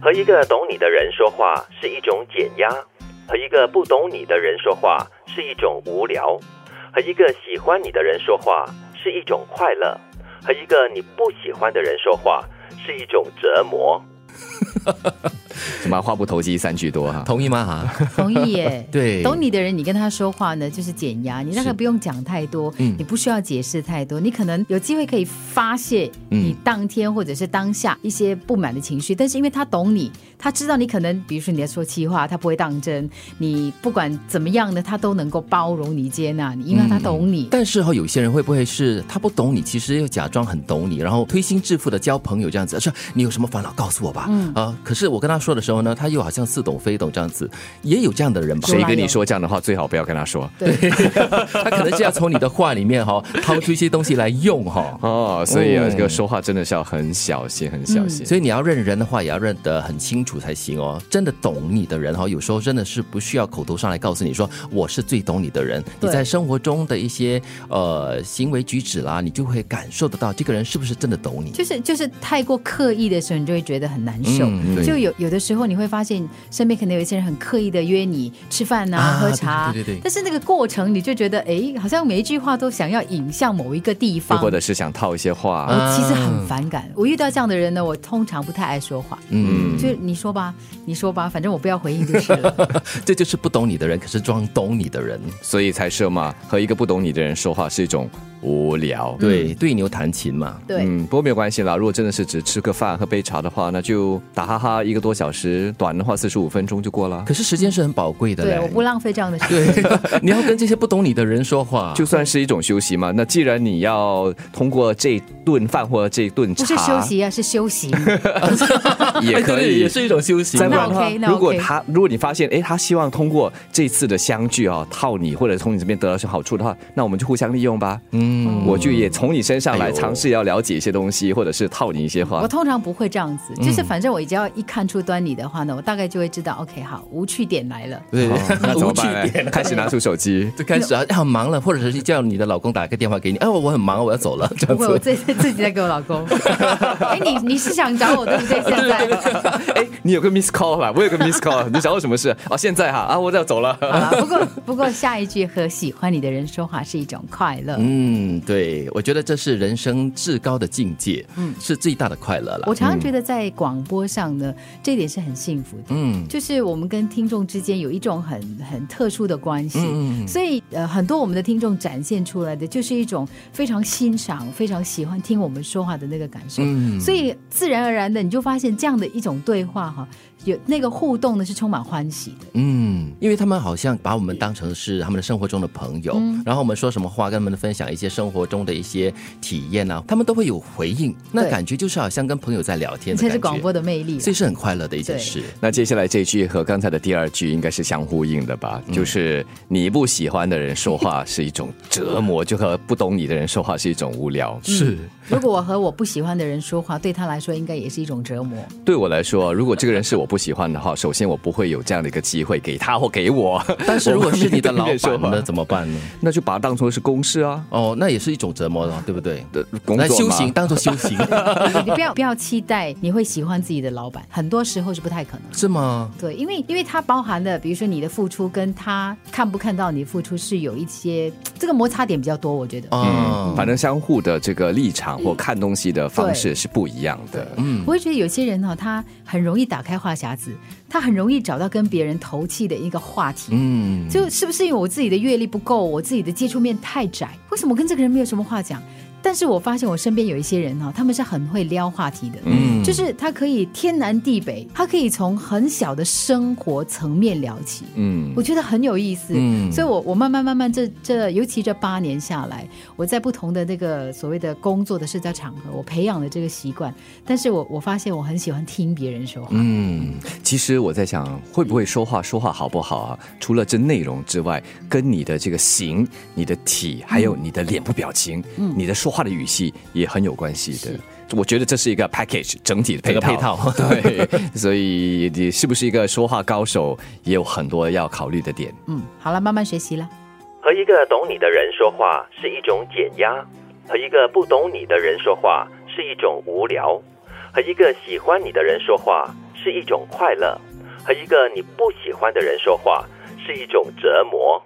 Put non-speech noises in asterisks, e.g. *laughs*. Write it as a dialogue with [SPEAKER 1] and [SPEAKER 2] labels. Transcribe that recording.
[SPEAKER 1] 和一个懂你的人说话是一种减压，和一个不懂你的人说话是一种无聊，和一个喜欢你的人说话是一种快乐，和一个你不喜欢的人说话是一种折磨。
[SPEAKER 2] 什么话不投机三句多哈、
[SPEAKER 3] 同意吗？ *laughs* 哈，。
[SPEAKER 4] 同意耶
[SPEAKER 3] 对
[SPEAKER 4] 懂你的人，你跟他说话呢，就是减压。你大概
[SPEAKER 3] 是
[SPEAKER 4] 不用讲太多，
[SPEAKER 3] 嗯
[SPEAKER 4] 你不需要解释太多，你可能有机会可以发泄
[SPEAKER 3] 嗯
[SPEAKER 4] 你当天或者是当下一些不满的情绪。但是因为他懂你，他知道你可能，比如说你在说气话，他不会当真。你不管怎么样呢，他都能够包容你、接纳你，因为他
[SPEAKER 3] 嗯
[SPEAKER 4] 懂
[SPEAKER 3] *laughs*
[SPEAKER 4] 你。
[SPEAKER 3] 但是哈、有些人会不会是他不懂你，其实又假装很懂你，然后推心置腹的交朋友这样子，说你有什么烦恼告诉我吧。嗯啊、可是我跟他说的时候呢，他又好像似懂非懂这样子，也有这样的人吧。
[SPEAKER 2] 谁跟你说这样的话，最好不要跟他说。
[SPEAKER 4] 对，
[SPEAKER 3] 他可能是要从你的话里面哈、掏出一些东西来用哈、
[SPEAKER 2] 哦，所以啊，
[SPEAKER 3] 嗯
[SPEAKER 2] 这个说话真的是要很小心，很小心。
[SPEAKER 3] 所以你要认人的话，也要认得很清楚才行哦。真的懂你的人哈、有时候真的是不需要口头上来告诉你说我是最懂你的人。你
[SPEAKER 4] 对
[SPEAKER 3] 在生活中的一些呃行为举止啦，你就会感受得到这个人是不是真的懂你。
[SPEAKER 4] 就是就是太过刻意的时候，你就会觉得很难受。
[SPEAKER 3] 嗯对
[SPEAKER 4] 就有有的时候你会发现，身边可能有一些人很刻意的约你吃饭呐、
[SPEAKER 3] 啊
[SPEAKER 4] 喝茶啊，
[SPEAKER 3] 对对对对
[SPEAKER 4] 但是那个过程你就觉得，哎，好像每一句话都想要引向某一个地
[SPEAKER 2] 又
[SPEAKER 4] 方。
[SPEAKER 2] 或者是想套一些话，
[SPEAKER 3] 嗯
[SPEAKER 4] 我其实很反感，我遇到这样的人呢，我通常不太爱说话。
[SPEAKER 3] 嗯，
[SPEAKER 4] 就是你说吧，你说吧，反正我不要回应就是
[SPEAKER 3] *laughs*
[SPEAKER 4] 了。
[SPEAKER 3] 这就是不懂你的人，可是装懂你的人。
[SPEAKER 2] 所以才说嘛，和一个不懂你的人说话是一种无聊。
[SPEAKER 3] 对，
[SPEAKER 4] 嗯
[SPEAKER 3] 对牛弹琴嘛。
[SPEAKER 4] 对，
[SPEAKER 2] 嗯，不过没有关系啦。如果真的是只吃个饭、喝杯茶的话，那就打哈哈一个多小时，短的话四十五分钟就过了。
[SPEAKER 3] 可是时间是很宝贵的嘞。*laughs*
[SPEAKER 4] 对，我不浪费这样的时间。
[SPEAKER 3] 对， *laughs* 你要跟这些不懂你的人说话，
[SPEAKER 2] 就算是一种休息嘛。那既然你要通过这顿饭或者这顿茶，
[SPEAKER 4] 不是休息啊，是
[SPEAKER 3] *laughs*
[SPEAKER 4] 休息。
[SPEAKER 2] 也可
[SPEAKER 3] 哎对
[SPEAKER 2] 以，
[SPEAKER 3] 也是一种啊休息
[SPEAKER 2] 再
[SPEAKER 3] 嘛。
[SPEAKER 2] 不然的话
[SPEAKER 4] OK，那
[SPEAKER 2] 如果
[SPEAKER 4] OK
[SPEAKER 2] 他如果你发现，哎，他希望通过这次的相聚啊、套你或者从你这边得到些好处的话，那我们就互相利用吧。嗯，我就也从你身上
[SPEAKER 3] 哎
[SPEAKER 2] 来
[SPEAKER 3] 呦
[SPEAKER 2] 尝试要了解一些东西，或者是套你一些话
[SPEAKER 4] 我。通常不会这样
[SPEAKER 3] 嗯
[SPEAKER 4] 子，就是反正我只要一看出端倪的话呢，我大概就会知道，OK，好，无趣点来了。
[SPEAKER 3] 对，
[SPEAKER 2] 哦
[SPEAKER 3] *laughs*
[SPEAKER 2] 那怎么
[SPEAKER 3] 无趣
[SPEAKER 2] 办
[SPEAKER 3] 点
[SPEAKER 2] 呢？开始拿出手机。 *laughs*
[SPEAKER 3] 就开始啊，很忙了，或者是叫你的老公打个电话给你，哎，我我很忙，我要走了， *laughs* 这样
[SPEAKER 4] *laughs* 不会，我
[SPEAKER 3] 子。
[SPEAKER 4] 自己自己在给我老 *laughs* 公。哎，你你是想找我对 *laughs* 不对？现在。
[SPEAKER 2] 哎，你有个 miss call 吧？我有个 miss call，你找我什么事？哦，现在哈啊，我要走了。
[SPEAKER 4] 好了，不过不过下一句和喜欢你的人说话是一种快乐。
[SPEAKER 3] 嗯，对，我觉得这是人生至高的境界，嗯，是最大的快乐了
[SPEAKER 4] 我。常常觉得在广播上呢，这一点是很幸福的。
[SPEAKER 3] 嗯，
[SPEAKER 4] 就是我们跟听众之间有一种很很特殊的关系，所以呃，很多我们的听众展现出来的就是一种非常欣赏、非常喜欢听我们说话的那个感受，所以自然而然的你就发现这样的一种对话哈，有那个互动呢是充满欢喜的。
[SPEAKER 3] 嗯，因为他们好像把我们当成是他们的生活中的朋友，然后我们说什么话，跟他们分享一些生活中的一些体验啊，他们都会有回应，那
[SPEAKER 4] 对
[SPEAKER 3] 感觉就是好像跟朋友在聊天
[SPEAKER 4] 你
[SPEAKER 3] 的感
[SPEAKER 4] 才
[SPEAKER 3] 觉。
[SPEAKER 4] 是广播的魅力了
[SPEAKER 3] 所
[SPEAKER 4] *laughs*
[SPEAKER 3] 以是很快乐的一件
[SPEAKER 4] 对
[SPEAKER 3] 事。
[SPEAKER 2] 那接下来这句和刚才的第二句应该是相呼应的吧？
[SPEAKER 3] 嗯
[SPEAKER 2] 就是你不喜欢的人说话是一种折磨，就和不懂你的人说话是一种无聊。
[SPEAKER 3] 是，
[SPEAKER 4] 如果我和我不喜欢的人说话，对他来说应该也是一种折磨。
[SPEAKER 2] 对我来说，如果这个人是我不喜欢的话，首 *laughs* 先我不会有这样的一个机会给他或给我。 *laughs*
[SPEAKER 3] 但是如果是你的老
[SPEAKER 2] 我会
[SPEAKER 3] 板
[SPEAKER 2] 面对面
[SPEAKER 3] 呢，
[SPEAKER 2] 说话，
[SPEAKER 3] 怎么办呢？
[SPEAKER 2] 那就把它当做是公事啊，
[SPEAKER 3] 哦，那也是一种折磨了，对不对？
[SPEAKER 2] 呃工
[SPEAKER 3] 来
[SPEAKER 2] 作
[SPEAKER 3] 修
[SPEAKER 2] 嘛
[SPEAKER 3] 行，当做修行，
[SPEAKER 4] *laughs* 你你不要不要期待你会喜欢自己的老板，很多时候是不太可能。
[SPEAKER 3] 是吗？
[SPEAKER 4] 对，因为因为它包含的，比如说你的付出跟他看不看到你付出是有一些这个摩擦点比较多，我觉得。
[SPEAKER 2] 嗯
[SPEAKER 3] 哦，
[SPEAKER 2] 反正相互的这个立场或看东西的方式是不一样的。嗯，
[SPEAKER 4] 我会觉得有些人哈、他很容易打开话匣子，他很容易找到跟别人投契的一个话题。嗯，就是不是因为我自己的阅历不够，我自己的接触面太窄，为什么我跟这个人没有什么话讲？但是我发现我身边有一些人哈、他们是很会撩话题的，嗯，就是他可以天南地北，他可以从很小的生活层面聊起，嗯，我觉得很有意思，嗯，所以我我慢慢慢慢这这，尤其这八年下来，我在不同的那个所谓的工作的社交场合，我培养了这个习惯，但是我我发现我很喜欢听别人说话，
[SPEAKER 2] 嗯其实我在想，会不会说话说话好不好啊？除了这内容之外，跟你的这个形、你的体，还有你的脸部表情、
[SPEAKER 3] 嗯
[SPEAKER 2] 你的说话的语气也很有关系的。我觉得这是一个 package 整体的配套。
[SPEAKER 3] 整个配
[SPEAKER 2] *laughs*
[SPEAKER 3] 套
[SPEAKER 2] 对，所以你是不是一个说话高手，也有很多要考虑的点。
[SPEAKER 4] 嗯，好了，慢慢学习了。
[SPEAKER 1] 和一个懂你的人说话是一种减压，和一个不懂你的人说话是一种无聊，和一个喜欢你的人说话是是一种快乐；和一个你不喜欢的人说话是一种折磨。